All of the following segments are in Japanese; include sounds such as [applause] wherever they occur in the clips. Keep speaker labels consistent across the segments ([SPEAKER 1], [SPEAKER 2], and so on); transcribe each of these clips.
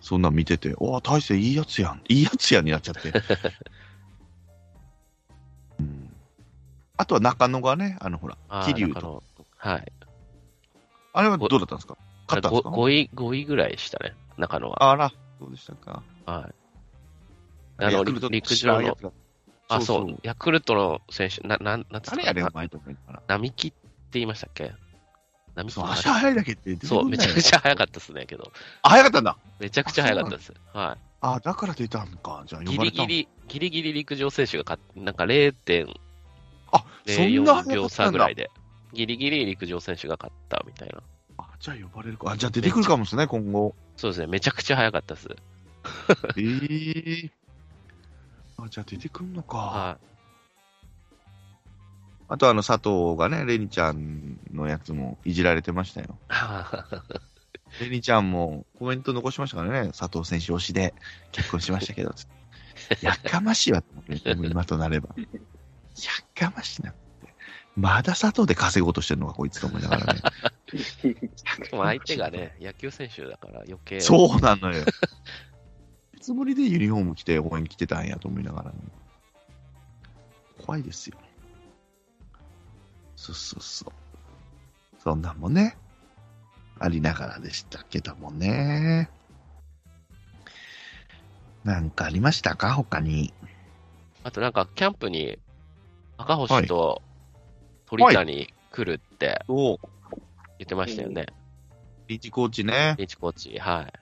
[SPEAKER 1] そんなん見てて、おお、大していいやつやん、いいやつやんになっちゃ
[SPEAKER 2] [laughs]
[SPEAKER 1] って。うん、あとは中野がね、あのほら、
[SPEAKER 2] あー
[SPEAKER 1] 桐生
[SPEAKER 2] 中野はい。
[SPEAKER 1] あれはどうだったんですか勝ったんですか
[SPEAKER 2] 5, 位、5位ぐらいでしたね、中野は。
[SPEAKER 1] あら、そうでしたか。
[SPEAKER 2] はい。あの、
[SPEAKER 1] ヤクルト
[SPEAKER 2] 陸
[SPEAKER 1] 知ら
[SPEAKER 2] 上
[SPEAKER 1] んや
[SPEAKER 2] の
[SPEAKER 1] つ、が
[SPEAKER 2] あ、
[SPEAKER 1] そう
[SPEAKER 2] そ
[SPEAKER 1] そう
[SPEAKER 2] う、ヤクルトの選手、な、なん、なんつった
[SPEAKER 1] 誰やねん、お
[SPEAKER 2] な
[SPEAKER 1] 前とか言うから。
[SPEAKER 2] 並木って言いましたっけ並木
[SPEAKER 1] そう、足速いだけって出て
[SPEAKER 2] そ
[SPEAKER 1] く
[SPEAKER 2] う、
[SPEAKER 1] んな
[SPEAKER 2] め
[SPEAKER 1] よ
[SPEAKER 2] ちゃくちゃ速かったですね、けど。
[SPEAKER 1] あ速かったんだ。
[SPEAKER 2] めちゃくちゃ速かったです。は
[SPEAKER 1] あだから出たんか。じゃあ、
[SPEAKER 2] い。
[SPEAKER 1] 呼
[SPEAKER 2] ギ
[SPEAKER 1] ばれ
[SPEAKER 2] リ
[SPEAKER 1] た
[SPEAKER 2] ギ
[SPEAKER 1] ん
[SPEAKER 2] リ、ギリギリ陸上選手が勝っなんか0.04
[SPEAKER 1] あ、そんな速か
[SPEAKER 2] 秒
[SPEAKER 1] った
[SPEAKER 2] 差
[SPEAKER 1] ん
[SPEAKER 2] ぐら
[SPEAKER 1] だ
[SPEAKER 2] い。で、ギリギリ陸上選手が勝ったみたいな。
[SPEAKER 1] あ、じゃあ呼ばれるか。あ、じゃあ出てくるかもしれない、今後。
[SPEAKER 2] そうですね、めちゃくちゃ速かったです。
[SPEAKER 1] ええあ、じゃあ出てくんのか。
[SPEAKER 2] [laughs] は
[SPEAKER 1] あと、あの、佐藤がね、レニちゃんのやつもいじられてましたよ。
[SPEAKER 2] い。
[SPEAKER 1] レニちゃんもコメント残しましたからね、佐藤選手推しで結婚しましたけど、 [laughs] つってやかましいわと思って、もう今となれば。やかましいなって。まだ佐藤で稼ごうとしてるのか、こいつと思いながらね。
[SPEAKER 2] [laughs] でも相手がね、野球選手だから余計。う。
[SPEAKER 1] そうな [laughs] のよ。つもりでユニフォーム着て応援着てたんやと思いながらね、怖いですよね。そうそうそう。そんなんもね、ありながらでしたけどもね。なんかありましたか他に。
[SPEAKER 2] あとなんか、キャンプに赤星と鳥谷来るって
[SPEAKER 1] お
[SPEAKER 2] 言ってましたよね、
[SPEAKER 1] リーチコーチね。
[SPEAKER 2] リーチコーチ。はい。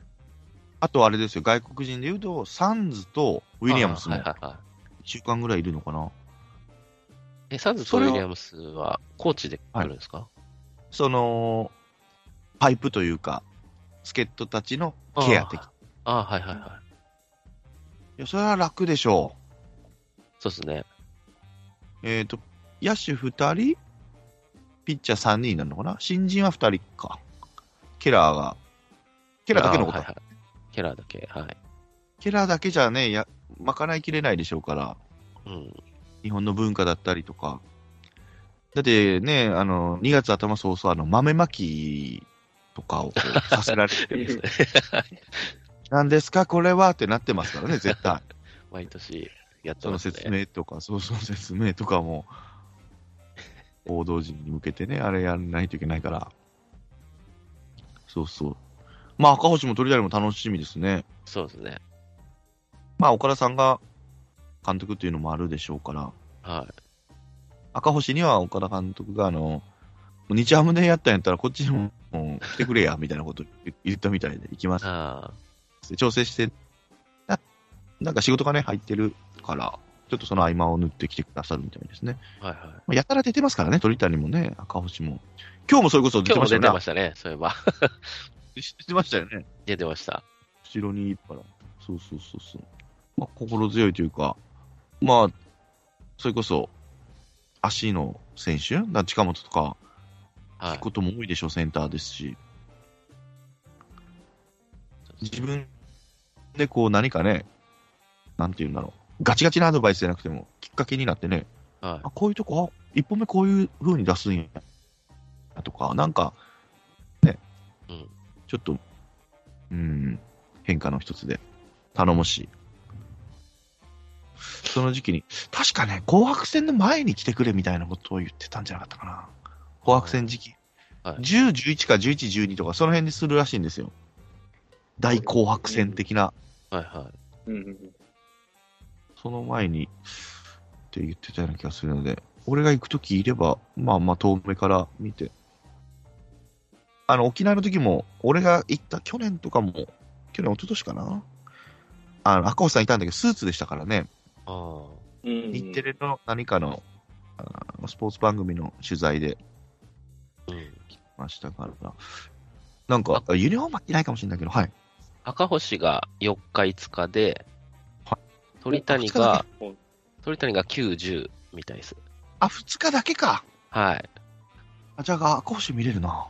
[SPEAKER 1] あとあれですよ、外国人で言うと、サンズとウ
[SPEAKER 2] ウ
[SPEAKER 1] ィリアムスも
[SPEAKER 2] はい
[SPEAKER 1] 1
[SPEAKER 2] はいはい。
[SPEAKER 1] 週間ぐらいいるのかな。
[SPEAKER 2] え、サンズと
[SPEAKER 1] そ
[SPEAKER 2] ウ
[SPEAKER 1] れは
[SPEAKER 2] ィリアムスはコーチで来るんですか、
[SPEAKER 1] その、パイプというか、助っ人たちのケア的。い
[SPEAKER 2] ああ、ああはいはいはい。
[SPEAKER 1] や、それは楽でしょ
[SPEAKER 2] そうですね。
[SPEAKER 1] う。えっ、と、野手2人、ピッチャー3人なのかな新人は2人か。ケラーが、ケラーだけのこと。
[SPEAKER 2] ああはいはいケラーだけ、はい。
[SPEAKER 1] ケラーだけじゃね、や、まかないきれないでしょうから、
[SPEAKER 2] うん。、
[SPEAKER 1] 日本の文化だったりとか。だってね、あの、2月頭早々、あの、豆まきとかをこうさせられて
[SPEAKER 2] [laughs]
[SPEAKER 1] 何ですかこれはってなってますからね、絶対。
[SPEAKER 2] 毎年やって
[SPEAKER 1] そ
[SPEAKER 2] ま
[SPEAKER 1] の
[SPEAKER 2] すね。
[SPEAKER 1] 説明とか、そう [laughs] そう説明とかも、報道陣に向けてね、あれやらないといけないから。そうそう。まあ、赤星も鳥谷も楽しみですね。
[SPEAKER 2] そうですね。
[SPEAKER 1] まあ、岡田さんが監督っていうのもあるでしょうから、
[SPEAKER 2] はい。
[SPEAKER 1] 赤星には岡田監督が、あの、日ハムでやったんやったら、こっちにももう来てくれや、みたいなこと言言ったみたいで、行きます
[SPEAKER 2] ああ、
[SPEAKER 1] って調整して、ななんか仕事がね、入ってるから、ちょっとその合間を縫ってきてくださるみたいですね。
[SPEAKER 2] はいはい。
[SPEAKER 1] まあやたら出てますからね、鳥谷もね、赤星も。今日もそれこそ出
[SPEAKER 2] 今
[SPEAKER 1] て
[SPEAKER 2] 日
[SPEAKER 1] ま
[SPEAKER 2] も
[SPEAKER 1] した
[SPEAKER 2] 出
[SPEAKER 1] よね
[SPEAKER 2] てま。したね、そういえば。 [laughs]
[SPEAKER 1] 出てましたよね。
[SPEAKER 2] 出てました。
[SPEAKER 1] 後ろにいっぱら。そうそうそうそう。まあ、心強いというか、まあ、それこそ、足の選手、だ近本とか、
[SPEAKER 2] は
[SPEAKER 1] 聞
[SPEAKER 2] い
[SPEAKER 1] く。ことも多いでしょう、センターですし、自分でこう何かね、なんていうんだろう、ガチガチなアドバイスじゃなくても、きっかけになってね、
[SPEAKER 2] はい
[SPEAKER 1] あ、こういうとこ、あ、一本目こういう風に出すんや、とか、なんか、ね、
[SPEAKER 2] うん
[SPEAKER 1] ちょっと、うん、変化の一つで、頼もしい。その時期に、確かね、紅白戦の前に来てくれみたいなことを言ってたんじゃなかったかな。紅白戦時期。
[SPEAKER 2] はい
[SPEAKER 1] 10、11か11、12とか、その辺にするらしいんですよ。大紅白戦的な、
[SPEAKER 2] はいは
[SPEAKER 3] うんうん
[SPEAKER 1] その前に、って言ってたような気がするので、俺が行くときいれば、まあまあ遠目から見て。あの、沖縄の時も、俺が行った去年とかも、去年、一昨年かなあの、赤星さんいたんだけど、スーツでしたからね。
[SPEAKER 2] い。あ
[SPEAKER 3] うんうん
[SPEAKER 1] 日テレの何かのあのスポーツ番組の取材で
[SPEAKER 2] あ。うん。
[SPEAKER 1] ましたから、なんか、あユニフォームは着ないかもしれないけど、はい。
[SPEAKER 2] 赤星が4日5日で
[SPEAKER 1] は、
[SPEAKER 2] 鳥谷
[SPEAKER 1] あ
[SPEAKER 2] が
[SPEAKER 3] 二日だけ、
[SPEAKER 2] 鳥谷が9、10みたいです。
[SPEAKER 1] あ、2日だけか。
[SPEAKER 2] はい。
[SPEAKER 1] あ、じゃあ、講師見れるな。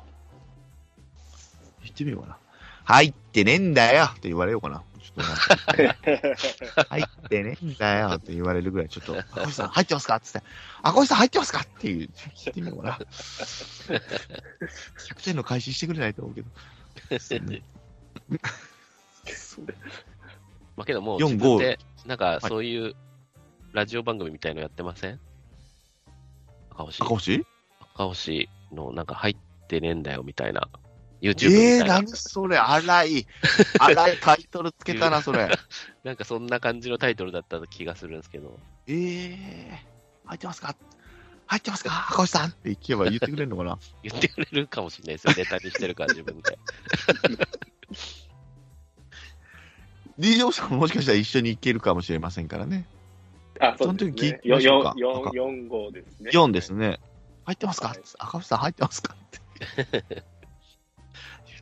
[SPEAKER 1] 行ってみようかな。入ってねえんだよって言われようかな。ちょっとな [laughs] 入ってねえんだよって言われるぐらい、ちょっ [laughs] と、赤星さん入ってますかって言って、赤星さん入ってますかっていう、聞いてみようかな。100点の開始してくれないと思うけど。そうねそう
[SPEAKER 2] [laughs] まあ、けどもう
[SPEAKER 1] 四
[SPEAKER 2] 自分
[SPEAKER 1] 五
[SPEAKER 2] で、なんかそういうラジオ番組みたいのやってません赤星。
[SPEAKER 1] 赤星
[SPEAKER 2] 赤星のなんか入ってねえんだよみたいな。YouTube みた
[SPEAKER 1] え
[SPEAKER 2] い
[SPEAKER 1] えー、
[SPEAKER 2] な。
[SPEAKER 1] 何それ、荒い。荒いタイトルつけたな、それ。
[SPEAKER 2] なんかそんな感じのタイトルだった気がするんですけど。
[SPEAKER 1] ええー、入ってますか入ってますか赤星さんって聞けば言ってくれるのか [laughs] な
[SPEAKER 2] 言ってくれるかもしれない
[SPEAKER 1] [laughs]
[SPEAKER 2] ですよ。ネタにしてるから自分で。
[SPEAKER 1] ?DJ さんももしかしたら一緒に行けるかもしれませんからね。
[SPEAKER 3] あ、そう
[SPEAKER 1] そ
[SPEAKER 3] です
[SPEAKER 1] の
[SPEAKER 3] ね
[SPEAKER 1] 時。聞きま
[SPEAKER 3] よ
[SPEAKER 1] しょう
[SPEAKER 3] よ
[SPEAKER 1] か
[SPEAKER 3] よ四号ですね。
[SPEAKER 1] 4ですね。入ってますか、
[SPEAKER 3] はい
[SPEAKER 1] 赤星さん入ってますかって。 [laughs]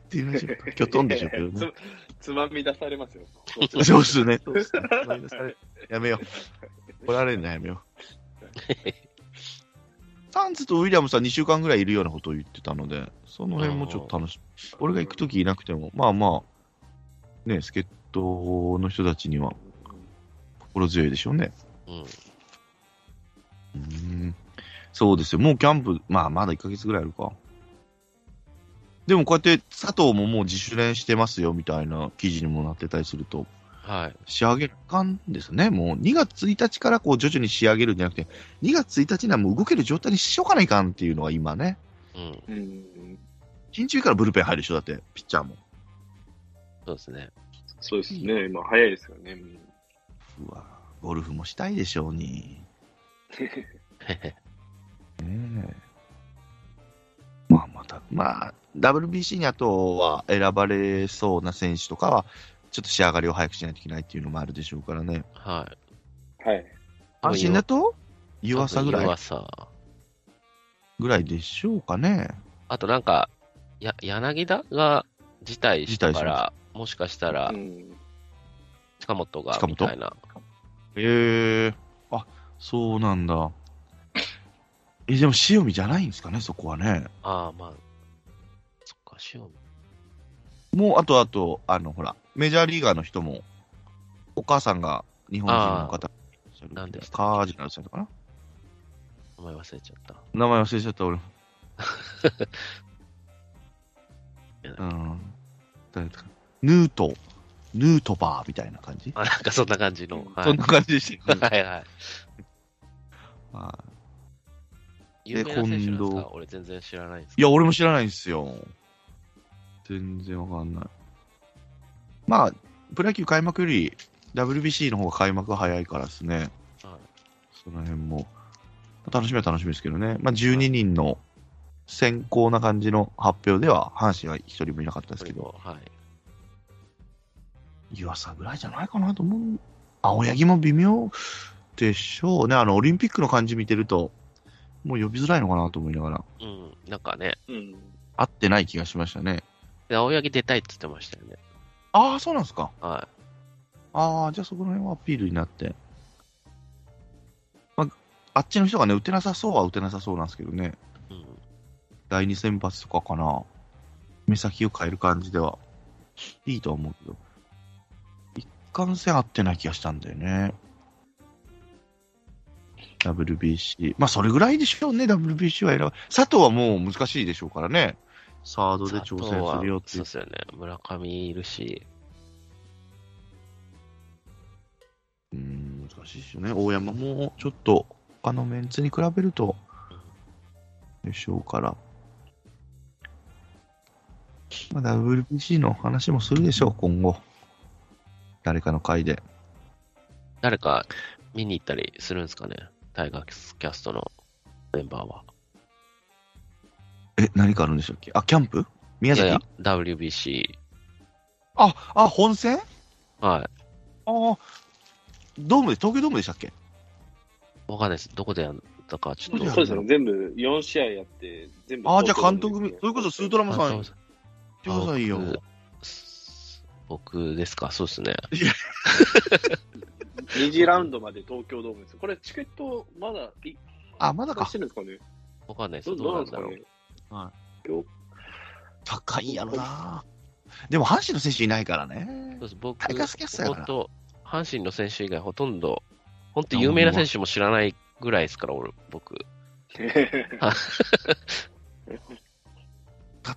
[SPEAKER 1] 言ってみましょうか。きょとんでしょうけどね。
[SPEAKER 3] [laughs] つつまみ出されますよ。
[SPEAKER 1] [laughs] そうっすね。そうっすねやめよう。来られるのやめよ [laughs] う。サンズとウィリアムさん2週間ぐらいいるようなことを言ってたので、その辺もちょっと楽しみ。俺が行くときいなくても、まあまあ、ね、助っ人の人たちには心強いでしょうね。
[SPEAKER 2] うん。
[SPEAKER 1] うーんそうですよ。もうキャンプ、まあまだ1ヶ月ぐらいあるか。でもこうやって佐藤ももう自主練してますよみたいな記事にもなってたりすると、
[SPEAKER 2] はい。
[SPEAKER 1] 仕上げるかんですね。もう2月1日からこう徐々に仕上げるんじゃなくて、2月1日にはもう動ける状態にしとかないかんっていうのが今ね。
[SPEAKER 2] うん。
[SPEAKER 3] うん。
[SPEAKER 1] 緊急からブルペン入るでしょ、だって、ピッチャーも。
[SPEAKER 2] そうですね。
[SPEAKER 3] そうですね。今早いですよね。うん
[SPEAKER 1] うわゴルフもしたいでしょうに。ねえまあまた、まあ、WBC にあとは選ばれそうな選手とかは、ちょっと仕上がりを早くしないといけないっていうのもあるでしょうからね。
[SPEAKER 2] はい。
[SPEAKER 3] はい。
[SPEAKER 1] 安心だと湯浅ぐら
[SPEAKER 2] 湯
[SPEAKER 1] い
[SPEAKER 2] 浅。
[SPEAKER 1] ぐらいでしょうかね。
[SPEAKER 2] あとなんか、や柳田が辞退したか
[SPEAKER 1] 辞退しま
[SPEAKER 2] ら、もしかしたら
[SPEAKER 3] うん。
[SPEAKER 2] 近本が
[SPEAKER 1] 近本
[SPEAKER 2] みたいな。
[SPEAKER 1] ええあ、そうなんだ。え、でも塩見じゃないんですかね、そこはね。
[SPEAKER 2] ああ、まあ。そっか、塩見。
[SPEAKER 1] もう、あとあと、あの、ほら、メジャーリーガーの人も、お母さんが日本人の方、
[SPEAKER 2] なんでしたっけ
[SPEAKER 1] カージナルスやったかな
[SPEAKER 2] 名前忘れちゃった。
[SPEAKER 1] 名前忘れちゃった、俺も。
[SPEAKER 2] [laughs] いや
[SPEAKER 1] うん。誰ですかヌート、ヌートバーみたいな感じ、
[SPEAKER 2] あ、なんかそんな感じの。はい、
[SPEAKER 1] そんな感じでしたよね。
[SPEAKER 2] はいはい。
[SPEAKER 1] は
[SPEAKER 2] 有名な選手なんです
[SPEAKER 1] 近
[SPEAKER 2] か
[SPEAKER 1] 藤
[SPEAKER 2] 俺全然知らないんです
[SPEAKER 1] い
[SPEAKER 2] け
[SPEAKER 1] いや、
[SPEAKER 2] ど。
[SPEAKER 1] 俺も知らないんですよ。全然わかんない。まあ、プロ野球開幕より WBC の方が開幕が早いからですね。
[SPEAKER 2] は
[SPEAKER 1] その辺も。楽しみは楽しみですけどね。まあ、12人の先行な感じの発表では、阪神は一人もいなかったですけど。
[SPEAKER 2] これもはい。
[SPEAKER 1] 湯浅ぐらいじゃないかなと思う。青柳も微妙でしょうね。あの、オリンピックの感じ見てると、もう呼びづらいのかなと思いながら、
[SPEAKER 2] うん。なんかね、
[SPEAKER 3] うん。
[SPEAKER 1] 合ってない気がしましたね。
[SPEAKER 2] で青柳出たいって言ってましたよね。
[SPEAKER 1] ああ、そうなんですか。
[SPEAKER 2] は
[SPEAKER 1] ああ、じゃあそこら辺はアピールになって。まあ、あっちの人がね、打てなさそうは打てなさそうなんですけどね。
[SPEAKER 2] い。うん。
[SPEAKER 1] 第2先発とかかな。目先を変える感じでは、いいとは思うけど。一貫性合ってない気がしたんだよね。WBC。まあ、それぐらいでしょうね、WBC は選ば佐藤はもう難しいでしょうからね。サードで挑
[SPEAKER 2] 佐藤
[SPEAKER 1] 戦
[SPEAKER 2] は
[SPEAKER 1] するよっ
[SPEAKER 2] そ
[SPEAKER 1] て
[SPEAKER 2] うで。すよね。村上いるし。
[SPEAKER 1] うーん、難しいですよね。大山もちょっと、他のメンツに比べると、でしょうから。まあ、WBC の話もするでしょう、今後。誰かの回で。
[SPEAKER 2] 誰か見に行ったりするんですかねタイガースキャストのメンバーは。
[SPEAKER 1] え、何かあるんでしたっけあ、キャンプ宮
[SPEAKER 2] いや
[SPEAKER 1] 崎
[SPEAKER 2] いや、WBC。
[SPEAKER 1] あ、あ、本戦あ
[SPEAKER 2] は
[SPEAKER 1] あ、ドームで、東京ドームでしたっけ
[SPEAKER 2] い。わかんないです。どこでやったか、ちょっと。
[SPEAKER 3] そうですね。全部四試合やって、全部。
[SPEAKER 1] ああ、じゃあ監督み、それこそスートラマさん、
[SPEAKER 2] あ
[SPEAKER 1] 行ってくださいよ。
[SPEAKER 2] 僕僕ですか、そうですね。
[SPEAKER 3] 2次ラウンドまで東京ドームです。これ、チケットまだい
[SPEAKER 1] あ、まだ
[SPEAKER 3] 出
[SPEAKER 1] か
[SPEAKER 3] し。てるんですかね
[SPEAKER 2] わかんないで
[SPEAKER 3] ど
[SPEAKER 2] す。ど
[SPEAKER 3] ど
[SPEAKER 2] う
[SPEAKER 3] う
[SPEAKER 2] な
[SPEAKER 3] なんん
[SPEAKER 2] だ
[SPEAKER 3] ですか
[SPEAKER 2] ろう。
[SPEAKER 3] ね
[SPEAKER 1] 高いんやろな。でも、阪神の選手いないからね
[SPEAKER 2] そう。です僕、
[SPEAKER 1] タイガースキャストや
[SPEAKER 2] ほ
[SPEAKER 1] から
[SPEAKER 2] んと、阪神の選手以外ほとんど、本当有名な選手も知らないぐらいですから、俺、僕。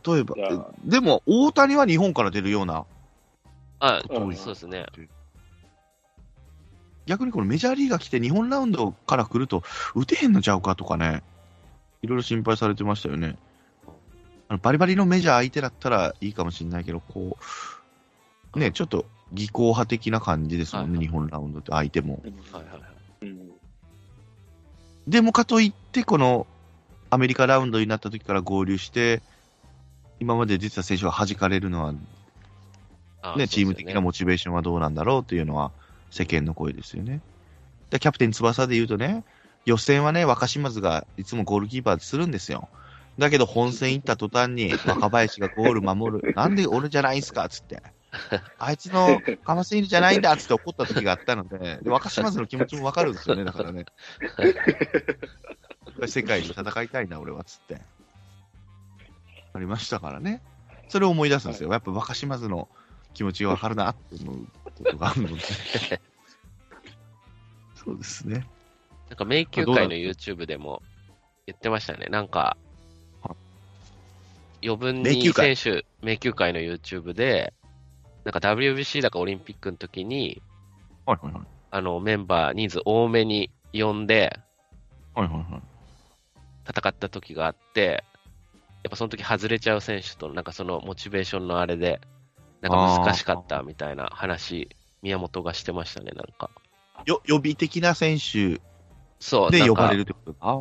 [SPEAKER 1] 例えば
[SPEAKER 3] いや、
[SPEAKER 1] でも大谷は日本から出るような、
[SPEAKER 2] あ、
[SPEAKER 1] 遠
[SPEAKER 3] い
[SPEAKER 2] そうですね。
[SPEAKER 1] 逆にこのメジャーリーガー来て日本ラウンドから来ると打てへんのちゃうかとかね、いろいろ心配されてましたよね。あのバリバリのメジャー相手だったらいいかもしれないけど、こう、ね、ちょっと技巧派的な感じですもんね、
[SPEAKER 2] はいはい
[SPEAKER 1] 日本ラウンドって相手も。
[SPEAKER 2] はいはいはい。
[SPEAKER 3] うん。
[SPEAKER 1] でもかといって、このアメリカラウンドになった時から合流して、今まで出てた選手が弾かれるのは、ね
[SPEAKER 2] あそうです
[SPEAKER 1] チー
[SPEAKER 2] よ
[SPEAKER 1] ム的なモチベーションはどうなんだろうというのは世間の声ですよね。でキャプテン翼で言うとね、予選はね、若島津がいつもゴールキーパーするんですよ。だけど本戦行った途端
[SPEAKER 2] [laughs]
[SPEAKER 1] に若林がゴール守る。なんで俺じゃないんすかっつって。あいつのカマスイルじゃないんだっつって怒った時があったので、で若島津の気持ちもわかるんですよね、だからね。世界で戦いたいな、俺はっつって。ありましたからね。それを思い出すんですよ。やっぱ若島津の気持ちがわかるなって思うことがあるの [laughs] で。そうですね。
[SPEAKER 2] なんか、迷宮会の YouTube でも言ってましたね。なんか
[SPEAKER 1] は、
[SPEAKER 2] 余分
[SPEAKER 1] 迷
[SPEAKER 2] に
[SPEAKER 1] 宮
[SPEAKER 2] 選
[SPEAKER 1] 会
[SPEAKER 2] 手、迷宮会の YouTube で、なんか WBC だかオリンピックの時に、
[SPEAKER 1] はいはいはい。
[SPEAKER 2] あの、メンバー人数多めに呼んで
[SPEAKER 1] はいはいはい。
[SPEAKER 2] 戦った時があって、やっぱその時外れちゃう選手と、なんかそのモチベーションのあれで、なんか難しかったみたいな話、宮本がしてましたね、なんか。
[SPEAKER 1] よ予備的な選手
[SPEAKER 2] そう、
[SPEAKER 1] で
[SPEAKER 2] なん
[SPEAKER 1] 呼
[SPEAKER 2] か
[SPEAKER 1] ばれるってことか。ああ。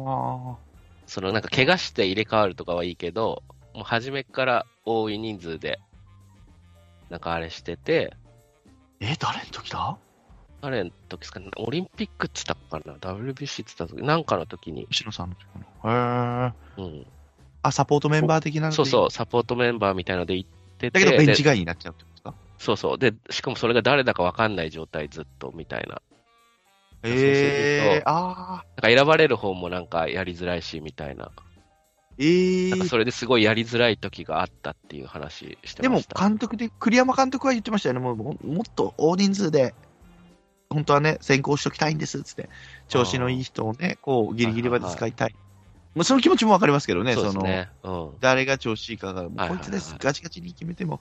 [SPEAKER 2] そのなんか怪我して入れ替わるとかはいいけど、もう初めから多い人数で、なんかあれしてて、
[SPEAKER 1] え、誰の時だ
[SPEAKER 2] あれの時ですかね、オリンピックっつったかな、WBC っつった時、なんかの時に、
[SPEAKER 1] 石野さんの時かな。へえ。
[SPEAKER 2] うん、
[SPEAKER 1] あ、サポートメンバー的なので
[SPEAKER 2] そうそう、サポートメンバーみたいので行って
[SPEAKER 1] だ
[SPEAKER 2] て、
[SPEAKER 1] けどベンチ
[SPEAKER 2] で
[SPEAKER 1] 外になっちゃうってことか。
[SPEAKER 2] そうそう、で、しかもそれが誰だかわかんない状態ずっとみたいな。そうすると
[SPEAKER 1] へえ。ああ。
[SPEAKER 2] なんか選ばれる方もなんかやりづらいし、みたいな。
[SPEAKER 1] ええ
[SPEAKER 2] なんか。それですごいやりづらい時があったっていう話して
[SPEAKER 1] で
[SPEAKER 2] ま
[SPEAKER 1] も
[SPEAKER 2] した。
[SPEAKER 1] 監督で、栗山監督は言ってましたよね、もうももっと大人数で、本当はね、先行しときたいんですっつって、調子のいい人をね、こう、ギリギリまで使いたい。もうその気持ちもわかりますけどね、
[SPEAKER 2] そうで
[SPEAKER 1] そ
[SPEAKER 2] す
[SPEAKER 1] の、
[SPEAKER 2] ね。うん。
[SPEAKER 1] 誰が調子いいかが、もう
[SPEAKER 2] はいは
[SPEAKER 1] こ
[SPEAKER 2] い
[SPEAKER 1] いつです、
[SPEAKER 2] はい
[SPEAKER 1] ガチガチに決めても、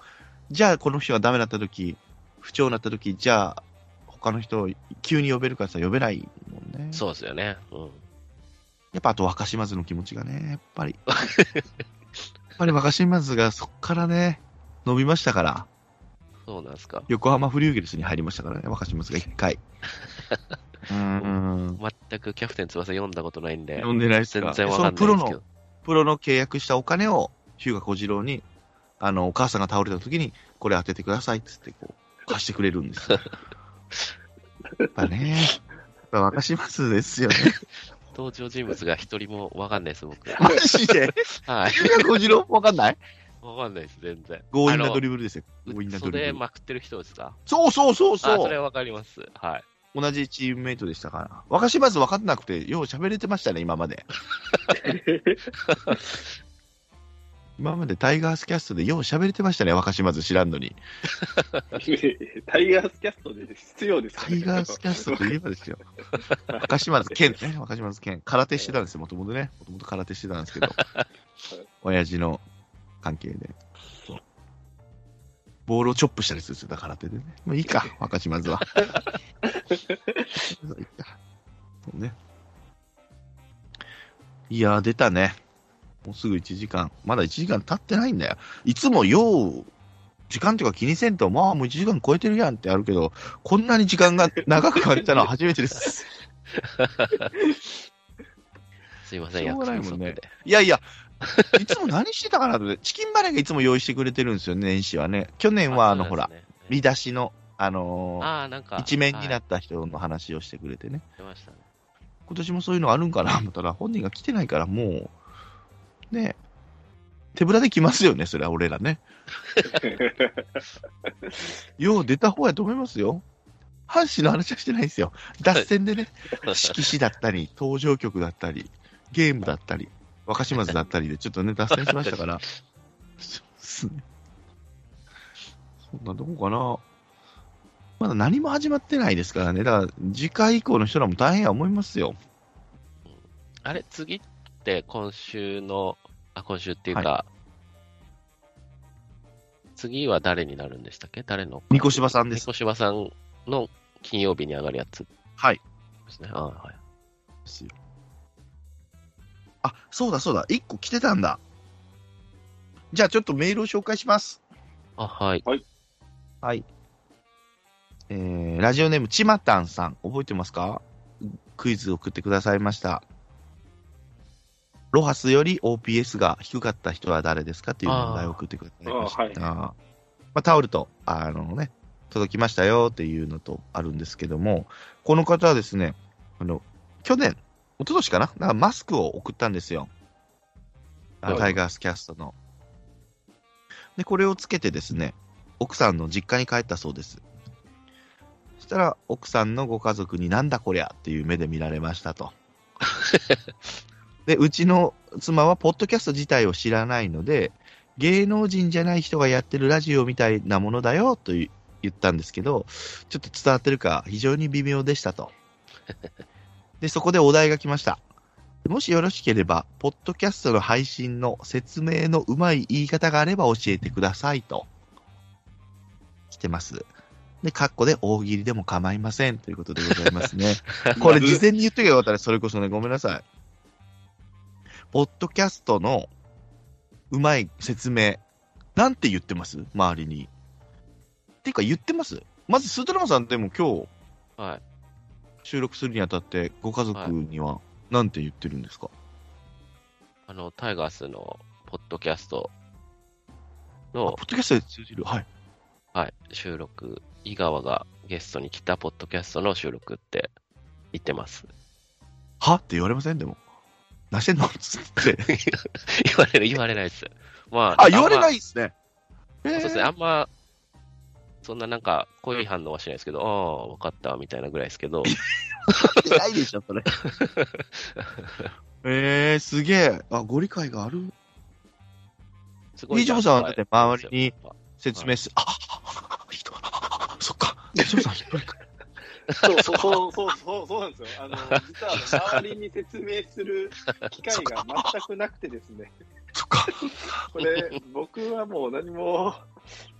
[SPEAKER 1] じゃあこの人がダメだった時不調になった時じゃあ、他の人を急に呼べるからさ、呼べないもんね。
[SPEAKER 2] そうですよね。うん。
[SPEAKER 1] やっぱあと若島津の気持ちがね、やっぱり。やっぱり若島津がそこからね、伸びましたから。
[SPEAKER 2] そうなんですか。
[SPEAKER 1] 横浜フリューゲルスに入りましたからね、若島津が1回。
[SPEAKER 2] [laughs]
[SPEAKER 1] うーん。
[SPEAKER 2] 全くキャプテン翼読んだことないんで、
[SPEAKER 1] 読んでないです
[SPEAKER 2] 全
[SPEAKER 1] か
[SPEAKER 2] 然わ
[SPEAKER 1] その
[SPEAKER 2] かんな
[SPEAKER 1] プ
[SPEAKER 2] い
[SPEAKER 1] ロ
[SPEAKER 2] んですけ
[SPEAKER 1] の
[SPEAKER 2] ど、。
[SPEAKER 1] プロの契約したお金を、ヒューガ小次郎に、あの、お母さんが倒れた時に、これ当ててくださいっつって、こう、貸してくれるん
[SPEAKER 2] [laughs]
[SPEAKER 1] ですよ。やっぱね、やっぱ若島津ですよね。
[SPEAKER 2] 登場人物が一人もわかんないです、僕。
[SPEAKER 1] [laughs] マジ
[SPEAKER 2] [laughs]
[SPEAKER 1] で
[SPEAKER 2] はい。
[SPEAKER 1] ヒューガ小次郎わかんない
[SPEAKER 2] わかんないです、全然。
[SPEAKER 1] 強引なドリブルですよ。強引なドリブ
[SPEAKER 2] 袖
[SPEAKER 1] ル。
[SPEAKER 2] まくってる人ですか
[SPEAKER 1] そうそうそう
[SPEAKER 2] あ、
[SPEAKER 1] そ
[SPEAKER 2] そうれわかります。はい。
[SPEAKER 1] 同じチームメイトでしたから。若島津分かんなくて、よう喋れてましたね、今まで。今までタイガースキャストでよう喋れてましたね、若島津知らんのに。
[SPEAKER 3] [laughs] タイガースキャストで必要です
[SPEAKER 1] タイガースキャストといえばですよ。若島津健ね、若島津健。空手してたんですよ、もともとね。もともと空手してたんですけど。親父の関係で。ボールをチョップしたりするんですよ、だから空手でね。もういいか、若島 [laughs] 津は。いいかそうね。いやー、出たね。もうすぐ1時間。まだ1時間経ってないんだよ。いつもよう、時間とか気にせんと、まあもう1時間超えてるやんってあるけど、こんなに時間が長く感じたのは初めてです。
[SPEAKER 2] すいませ
[SPEAKER 1] し
[SPEAKER 2] ん、
[SPEAKER 1] ょうが
[SPEAKER 2] 約
[SPEAKER 1] ない
[SPEAKER 2] 束
[SPEAKER 1] もんね
[SPEAKER 2] で。
[SPEAKER 1] いやいや、いつも何してたかなと思って、チキンバレーがいつも用意してくれてるんですよね、年始はね。去年は、あの、ほら、、見
[SPEAKER 2] 見
[SPEAKER 1] 出しの、あのー
[SPEAKER 2] あー、なんか。
[SPEAKER 1] 一面にな
[SPEAKER 2] っ
[SPEAKER 1] った人の話をしてくれてね。
[SPEAKER 2] てましたね。
[SPEAKER 1] 今年もそういうのあるんかなと思ったら、本人が来てないから、もう、ね、手ぶらで来ますよね、それは俺らね。
[SPEAKER 3] [laughs]
[SPEAKER 1] よう出た方やと思いますよ。阪神の話はしてないんですよ。脱線でね、色紙だったり、登場曲だったり、ゲームだったり、若島津だったりで、ちょっとね、脱線しましたから。そうですね。そんなとこかな。まだ何も始まってないですからね。だから、次回以降の人らも大変や思いますよ。
[SPEAKER 2] あれ、次って今週の、あ、今週っていうか、次は誰になるんでしたっけ誰の
[SPEAKER 1] 三越柴さんです
[SPEAKER 2] 三越柴さんの金曜日に上がるやつ
[SPEAKER 1] はい。
[SPEAKER 2] ですね。あーは
[SPEAKER 1] で
[SPEAKER 2] い。
[SPEAKER 1] すよ。あ、そうだそうだ、1個来てたんだ。じゃあちょっとメールを紹介します。
[SPEAKER 2] あ、はい。
[SPEAKER 1] はい。えー、ラジオネーム、ちまたんさん、覚えてますかクイズ送ってくださいました。ロハスより OPS が低かった人は誰ですかという問題を送ってくださいました。
[SPEAKER 3] あー
[SPEAKER 1] まあ、タオルと、あのね、届きましたよっていうのとあるんですけども、この方はですね、あの、去年、一昨年かななんかマスクを送ったんですよ。あ
[SPEAKER 2] はい
[SPEAKER 1] タイガースキャストの。で、これをつけてですね、奥さんの実家に帰ったそうです。そしたら、奥さんのご家族になんだこりゃっていう目で見られました
[SPEAKER 2] [laughs]
[SPEAKER 1] と。で、うちの妻は、ポッドキャスト自体を知らないので、芸能人じゃない人がやってるラジオみたいなものだよと言ったんですけど、ちょっと伝わってるか、非常に微妙でしたと。で、そこでお題が来ました。もしよろしければ、ポッドキャストの配信の説明のうまい言い方があれば教えてくださいと。来てます。で、カッコで大喜利でも構いませんということでございますね。 [laughs] これ事前に言っとけばよかったら、それこそね、ごめんなさい。ポッドキャストのうまい説明、なんて言ってます周りに。ていうか言ってますまず、スートラマさんでも今日
[SPEAKER 2] はい。
[SPEAKER 1] 収録するにあたって、ご家族にはなんて言ってるんですか、
[SPEAKER 2] あの、タイガースのポッドキャスト
[SPEAKER 1] あ
[SPEAKER 2] の
[SPEAKER 1] ポッドキャストで通じるはい。
[SPEAKER 2] はい、収録、井川がゲストに来たポッドキャストの収録って言ってます。 [laughs]
[SPEAKER 1] はって言われませんでも。なしてんのつって。
[SPEAKER 2] 言われる、言われないです。まあ、
[SPEAKER 1] あ、言われない
[SPEAKER 2] い、
[SPEAKER 1] ですね。え
[SPEAKER 2] そう
[SPEAKER 1] ー
[SPEAKER 2] ですね、あんま、そんななんか、濃い反応はしないですけど、ああ、わかった、みたいなぐらいです
[SPEAKER 1] [laughs]
[SPEAKER 2] けど、
[SPEAKER 1] 言ってないでしょ、それ。えー、すげえ。あ、ご理解がある
[SPEAKER 2] すごい。
[SPEAKER 1] みちょぱさんはだって周りに
[SPEAKER 2] やっぱ
[SPEAKER 1] 説明す。あ、あ、人、あそっか。みちょぱさん一人か。
[SPEAKER 3] そうそうそうそうそうそうなんですよ。あの、実は周りに説明する機会が全くなくてですね、
[SPEAKER 1] そっか。
[SPEAKER 3] これ、僕はもう何も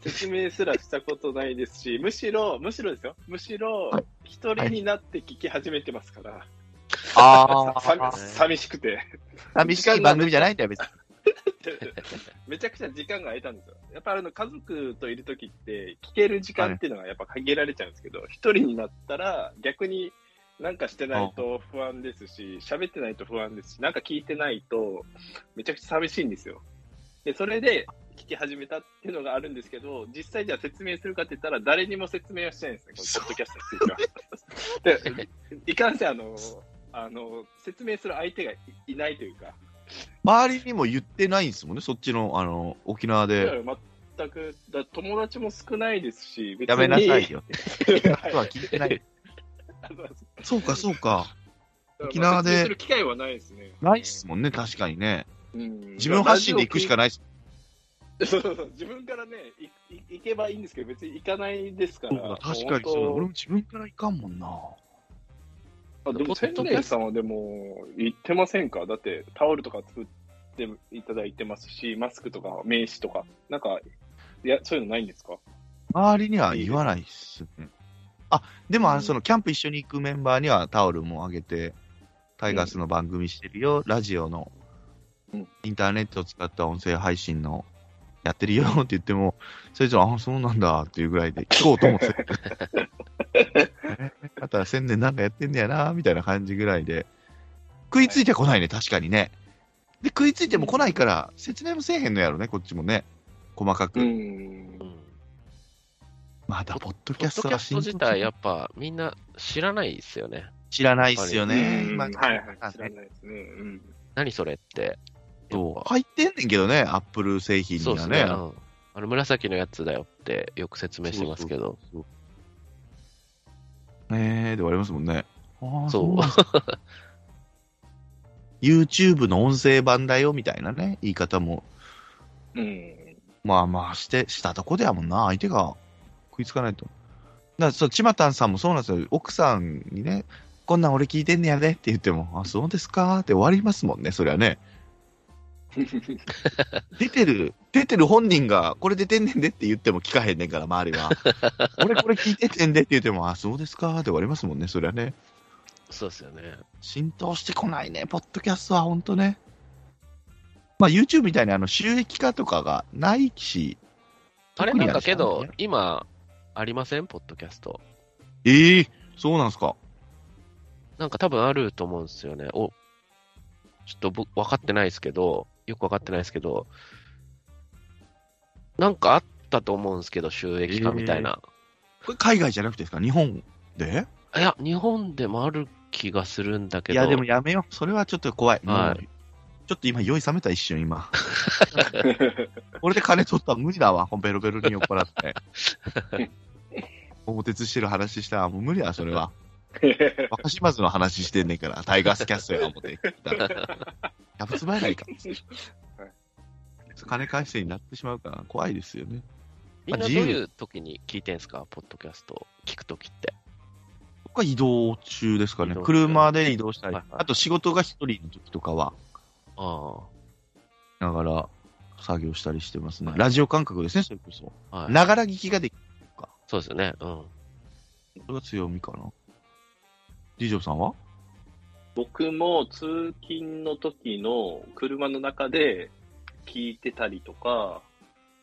[SPEAKER 3] 説明すらしたことないですし、むしろ、むしろですよ、むしろ
[SPEAKER 1] はい、
[SPEAKER 3] 一人になって聞き始めてますから、
[SPEAKER 1] あ
[SPEAKER 3] さ寂寂しくて、
[SPEAKER 1] 寂しい番組じゃないんだよ、別に。
[SPEAKER 3] めちゃくちゃ時間が空いたんですよ。やっぱあの、家族といるときって、聞ける時間っていうのがやっぱ限られちゃうんですけど、一、人になったら逆になんかしてないと不安ですし、喋ってないと不安ですし、なんか聞いてないとめちゃくちゃ寂しいんですよ。で、それで聞き始めたっていうのがあるんですけど、実際じゃあ説明するかって言ったら誰にも説明はしてないんですね、このポッドキャストに [laughs] ついては。で、いかんせんあの、あの、説明する相手がいいないというか、
[SPEAKER 1] 周りにも言ってないんですもんね、そっちの、あの、沖縄
[SPEAKER 3] いや
[SPEAKER 1] で。
[SPEAKER 3] 全くだ友達も少ないですし、別
[SPEAKER 1] やめなさいよ。
[SPEAKER 3] はい
[SPEAKER 1] 人は聞いてない。
[SPEAKER 3] [laughs] あの
[SPEAKER 1] [laughs] そうか、そうか。沖
[SPEAKER 3] 沖
[SPEAKER 1] 縄
[SPEAKER 3] 縄
[SPEAKER 1] で
[SPEAKER 3] で。説明する機会はないですね。
[SPEAKER 1] ないっすもんね、確かにね。
[SPEAKER 3] うん
[SPEAKER 1] 自分発信で行くしかな
[SPEAKER 3] な
[SPEAKER 1] いっす。
[SPEAKER 3] い。そうそうそう自分からね、いい行けばいいんですけど、別に行かないですから。
[SPEAKER 1] そうだ確かにそうだ。俺も自分から行かんもんな。
[SPEAKER 3] あでも、千年さんはでも、行ってませんかだって、タオルとか作っていただいてますし、マスクとか名刺とか、なんか、いやそういうのないんですか
[SPEAKER 1] 周りには言わないっすね。あ、でも、あ
[SPEAKER 3] う
[SPEAKER 1] の、
[SPEAKER 3] ん
[SPEAKER 1] その、キャンプ一緒に行くメンバーにはタオルもあげて、タイガースの番組してるよ、ラジオの
[SPEAKER 3] うん、
[SPEAKER 1] インターネットを使った音声配信の、やってるよって言っても、それじゃあ、そうなんだっていうぐらいで聞こうと思
[SPEAKER 3] [laughs]
[SPEAKER 1] って。えあとは千年なんかやってんだよな、みたいな感じぐらいで。食いついてこないね、確かにね。で、食いついても来ないから、説明もせえへんのやろね、こっちもね。細かく。
[SPEAKER 3] ん
[SPEAKER 2] う。ん
[SPEAKER 1] まだ、ポッド
[SPEAKER 2] ポ
[SPEAKER 1] キャ
[SPEAKER 2] ッ
[SPEAKER 1] ス
[SPEAKER 2] ド
[SPEAKER 1] ト
[SPEAKER 2] キ
[SPEAKER 1] が
[SPEAKER 2] ャスト自体、やっぱみんな知らないですよね。
[SPEAKER 1] 知らないっすよね。
[SPEAKER 3] うん
[SPEAKER 1] 今
[SPEAKER 3] はいはい、知らないですね。うん。
[SPEAKER 2] 何それって。
[SPEAKER 1] と
[SPEAKER 2] やっぱ
[SPEAKER 1] 入ってんねんけどね、アップル製品
[SPEAKER 2] そう
[SPEAKER 1] に
[SPEAKER 2] で
[SPEAKER 1] はね。
[SPEAKER 2] すね。うんあの紫のやつだよってよく説明してますけど、
[SPEAKER 1] そうそう。ねえ、で終わりますもんね。ああ
[SPEAKER 2] そう
[SPEAKER 1] なんだ YouTube の音声版だよみたいなね、言い方も、
[SPEAKER 3] うん。
[SPEAKER 1] まあまあして、したとこでやもんな、相手が食いつかないと。だからそう、ちまたんさんもそうなんですよ。奥さんにね、こんなん俺聞いてんねやでって言っても、あ、そうですかって終わりますもんね、そりゃね。 [laughs] 出てる、出てる本人が、これ出てんねんでって言っても聞かへんねんから、周りは。俺これ聞いててんでって言っても、あ、そうですかって終わりますもんね、それはね。
[SPEAKER 2] そうですよね。
[SPEAKER 1] 浸透してこないね、ポッドキャストは、ほんとね。まあ、YouTube みたいにあの収益化とかがないし、
[SPEAKER 2] あれ
[SPEAKER 1] 特
[SPEAKER 2] な
[SPEAKER 1] に
[SPEAKER 2] んか
[SPEAKER 1] です
[SPEAKER 2] け
[SPEAKER 1] よね
[SPEAKER 2] ど、今、ありませんポッドキャスト。
[SPEAKER 1] ええそうなんすか。
[SPEAKER 2] なんか多分あると思うんですよね。お、ちょっと僕、分かってないですけど、よく分かってないですけど、なんかあったと思うんですけど、収益化みたいな。
[SPEAKER 1] これ海外じゃなくてですか日本で
[SPEAKER 2] いや、日本でもある気がするんだけ
[SPEAKER 1] い
[SPEAKER 2] ど。
[SPEAKER 1] や、でもやめよう。それはちょっと怖い。も
[SPEAKER 2] は
[SPEAKER 1] うちょっと今、酔い冷めた一瞬、今。 [laughs] 俺で金取ったら無理だわ、ベロベロに酔っ払って。お手つしてる話したら、もう無理だ、それ
[SPEAKER 2] [laughs]
[SPEAKER 1] は。若島津の話してんねんから、タイガースキャストや思って聞いたら。やぶつばやないか。 [laughs] 金返してになってしまうから、怖いですよね。
[SPEAKER 2] みんな
[SPEAKER 1] あ
[SPEAKER 2] どう
[SPEAKER 1] 自由
[SPEAKER 2] いう時に聞いてんすかポッドキャストを聞く時って。
[SPEAKER 1] 僕は移動中ですか
[SPEAKER 2] 移
[SPEAKER 1] ね
[SPEAKER 2] 動。中
[SPEAKER 1] 車で移動したり
[SPEAKER 2] はい、はい
[SPEAKER 1] あと仕事が一人の時とかは、
[SPEAKER 2] あ
[SPEAKER 1] ながら作業したりしてますね
[SPEAKER 2] は。い
[SPEAKER 1] ラジオ感覚ですね、それこそ。
[SPEAKER 2] あ。はい。
[SPEAKER 1] ながら聞きができる。
[SPEAKER 2] そうですよね。うん。
[SPEAKER 1] それが強みかな。次女さんは
[SPEAKER 3] 僕も通勤の時の車の中で聞いてたりとか、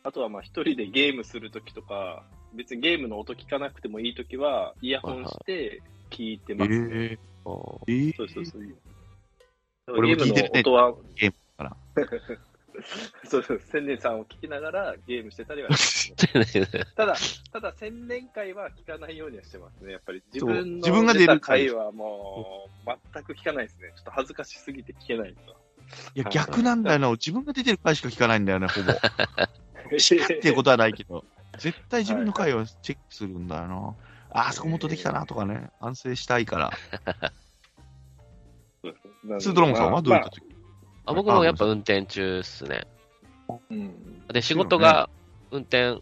[SPEAKER 3] あとはまあ一人でゲームする時とか、別にゲームの音聞かなくてもいい時は、イヤホンして聞いて
[SPEAKER 1] え
[SPEAKER 3] ます、
[SPEAKER 1] え [laughs]
[SPEAKER 2] あー
[SPEAKER 1] えー
[SPEAKER 3] そうそうそう。でもゲ
[SPEAKER 1] 俺も
[SPEAKER 3] ー
[SPEAKER 1] 聞いて
[SPEAKER 3] ムの
[SPEAKER 1] るね
[SPEAKER 3] 音は、
[SPEAKER 1] ゲームから
[SPEAKER 3] [laughs] そうそう、千年さんを聞きながらゲームしてたりはしてますねただ、ただ千年会は聞かないようにはしてますね。やっぱり自
[SPEAKER 1] そう
[SPEAKER 3] 分
[SPEAKER 1] 自分が
[SPEAKER 3] の
[SPEAKER 1] 出る
[SPEAKER 3] 出た会はもう全く聞かないですね。ちょっと恥ずかしすぎて聞けないですわ
[SPEAKER 1] いや、
[SPEAKER 3] はい
[SPEAKER 1] 逆なんだよな。自分が出てる回しか聞かないんだよね、ほ
[SPEAKER 2] [laughs]
[SPEAKER 1] ぼ。っていう
[SPEAKER 3] [laughs]
[SPEAKER 1] ことはないけど。絶対自分の回をチェックするんだよな。ああそこもっとできたなとかね。反省したいから。スードロンさんはどういった時、
[SPEAKER 2] あ僕もやっぱ運転中っすね。
[SPEAKER 3] うん
[SPEAKER 2] で、仕事が運転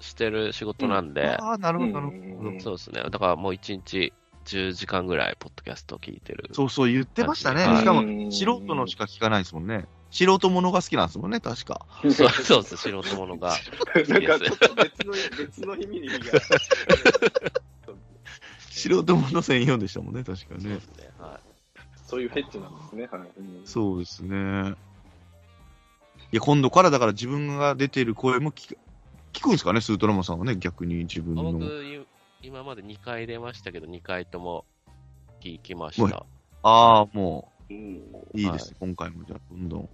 [SPEAKER 2] してる仕事なんで、
[SPEAKER 1] ああ、なるほど、なる
[SPEAKER 3] うん
[SPEAKER 1] ほ
[SPEAKER 3] うん
[SPEAKER 1] ど。
[SPEAKER 2] そうですね。だからもう1日10時間ぐらい、ポッドキャストを聞いてる。
[SPEAKER 1] そうそう、言ってましたね。
[SPEAKER 2] はい
[SPEAKER 1] しかも、
[SPEAKER 3] も
[SPEAKER 1] 素人のしか聞かないですもんね。素人ものが好きなんですもんね、確か。
[SPEAKER 2] そうそうです、素人
[SPEAKER 1] [laughs]
[SPEAKER 2] 者が。
[SPEAKER 3] [laughs] なんかちょっと別の別の意味に意味が。
[SPEAKER 1] 素人もの専用でしたもんね、確かね
[SPEAKER 2] そうで。すね。は
[SPEAKER 3] そういうフェッチなんですね。はいうん
[SPEAKER 1] そうですね。いや、今度からだから自分が出てる声も聞く聞くんですかね、スートラマさんはね、逆に自分
[SPEAKER 2] い、あ
[SPEAKER 1] の。
[SPEAKER 2] 僕、い今まで2回出ましたけど、2回とも聞きました。
[SPEAKER 1] ああ、も
[SPEAKER 3] うん
[SPEAKER 1] う、いいです、今回も、じゃあ、どんどん。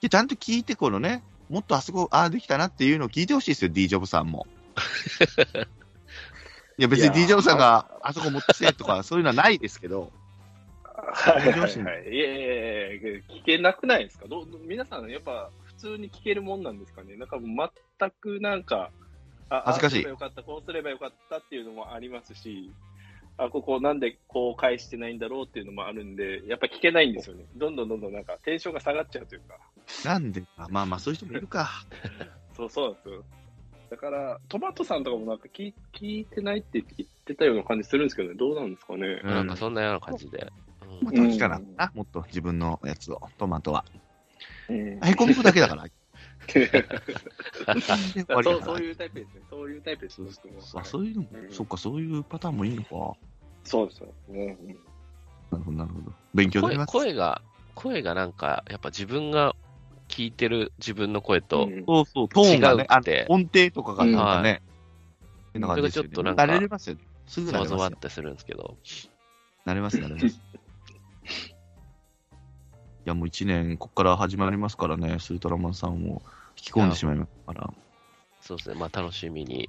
[SPEAKER 1] で、ちゃんと聞いて、このね、もっとあそこ、ああ、できたなっていうのを聞いてほしいですよ、D ジョブさんも。いや、別
[SPEAKER 3] い
[SPEAKER 1] に
[SPEAKER 3] や
[SPEAKER 1] D ジョブさんが、あそこ持ってきてとか、そういうのはないですけど。
[SPEAKER 3] はいはいはい。いやいやいやいや聞けなくないですかどうどう皆さん、やっぱ普通に聞けるもんなんですかねなんかもう全くなんか、あ
[SPEAKER 1] 恥ずかしい
[SPEAKER 3] ああすればよかった、こうすればよかったっていうのもありますし、あ、ここなんでこう返してないんだろうっていうのもあるんで、やっぱ聞けないんですよね。どんどんどんどんなんかテンションが下がっちゃうというか。
[SPEAKER 1] なんでか、まあまあ、そういう人もいるか。
[SPEAKER 3] そうそうなんですよ。だから、トマトさんとかもなんか聞い聞いてないって言ってたような感じするんですけどね、どうなんですかね。
[SPEAKER 1] うん
[SPEAKER 2] なんかそんなような感じで。うん
[SPEAKER 1] まあ、時からな、もっと自分のやつを、トマトは。
[SPEAKER 3] うん [laughs]
[SPEAKER 1] へこみくだけだ
[SPEAKER 2] [laughs]
[SPEAKER 1] から。
[SPEAKER 3] だからそう
[SPEAKER 1] そ
[SPEAKER 3] そうう
[SPEAKER 1] いう
[SPEAKER 3] いうタイプですね。そういうタイプです。僕も
[SPEAKER 1] あそういうのも、
[SPEAKER 3] うん
[SPEAKER 1] そっか、そういうパターンもいいのか。
[SPEAKER 3] そうですよね。うん
[SPEAKER 1] なるほど、なるほど。勉強になりま
[SPEAKER 2] 声
[SPEAKER 1] す。
[SPEAKER 2] 声が、声がなんか、やっぱ自分が聞いてる自分の声と、
[SPEAKER 3] うん
[SPEAKER 1] そうそう、トーンが
[SPEAKER 2] 違う
[SPEAKER 1] ね
[SPEAKER 2] っ、
[SPEAKER 1] あ
[SPEAKER 2] て
[SPEAKER 1] 音程とかがなんかね、
[SPEAKER 2] い
[SPEAKER 1] 変な感じですよね
[SPEAKER 2] それがちょっとなんか
[SPEAKER 1] 慣れますよね。すぐ
[SPEAKER 2] ざ
[SPEAKER 1] 慣
[SPEAKER 2] わ
[SPEAKER 1] れ
[SPEAKER 2] ざ
[SPEAKER 1] ま
[SPEAKER 2] わ
[SPEAKER 1] す
[SPEAKER 2] っ
[SPEAKER 1] よ。
[SPEAKER 2] てするんですけど。
[SPEAKER 1] 慣れます、慣れます。い [laughs] や、もう一年、ここから始まりますからね、スートラマンさんを引き込んでしまいますから。
[SPEAKER 2] そうですね。まあ楽しみに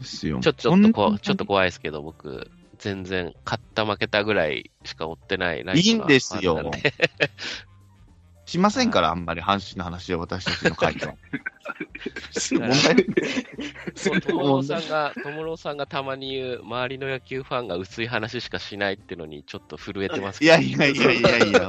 [SPEAKER 1] ですよ。
[SPEAKER 2] ちょ、ちょっと
[SPEAKER 1] こん
[SPEAKER 2] こ
[SPEAKER 1] な、
[SPEAKER 2] ちょっと怖いですけど、僕、全然、勝った負けたぐらいしか追ってないライ
[SPEAKER 1] い
[SPEAKER 2] ブが
[SPEAKER 1] いんです
[SPEAKER 2] あった
[SPEAKER 1] よ
[SPEAKER 2] んで。
[SPEAKER 1] [laughs] しませんから、あんまり阪神の話は私たちの会 [laughs] と。すぐ問題すぐ [laughs]
[SPEAKER 2] ともろ
[SPEAKER 1] 問
[SPEAKER 2] さ
[SPEAKER 1] 題
[SPEAKER 2] んが、ともろさんがたまに言う、周りの野球ファンが薄い話しかしないってのに、ちょっと震えてます
[SPEAKER 1] い
[SPEAKER 2] けど。
[SPEAKER 1] やいやいやいやいや。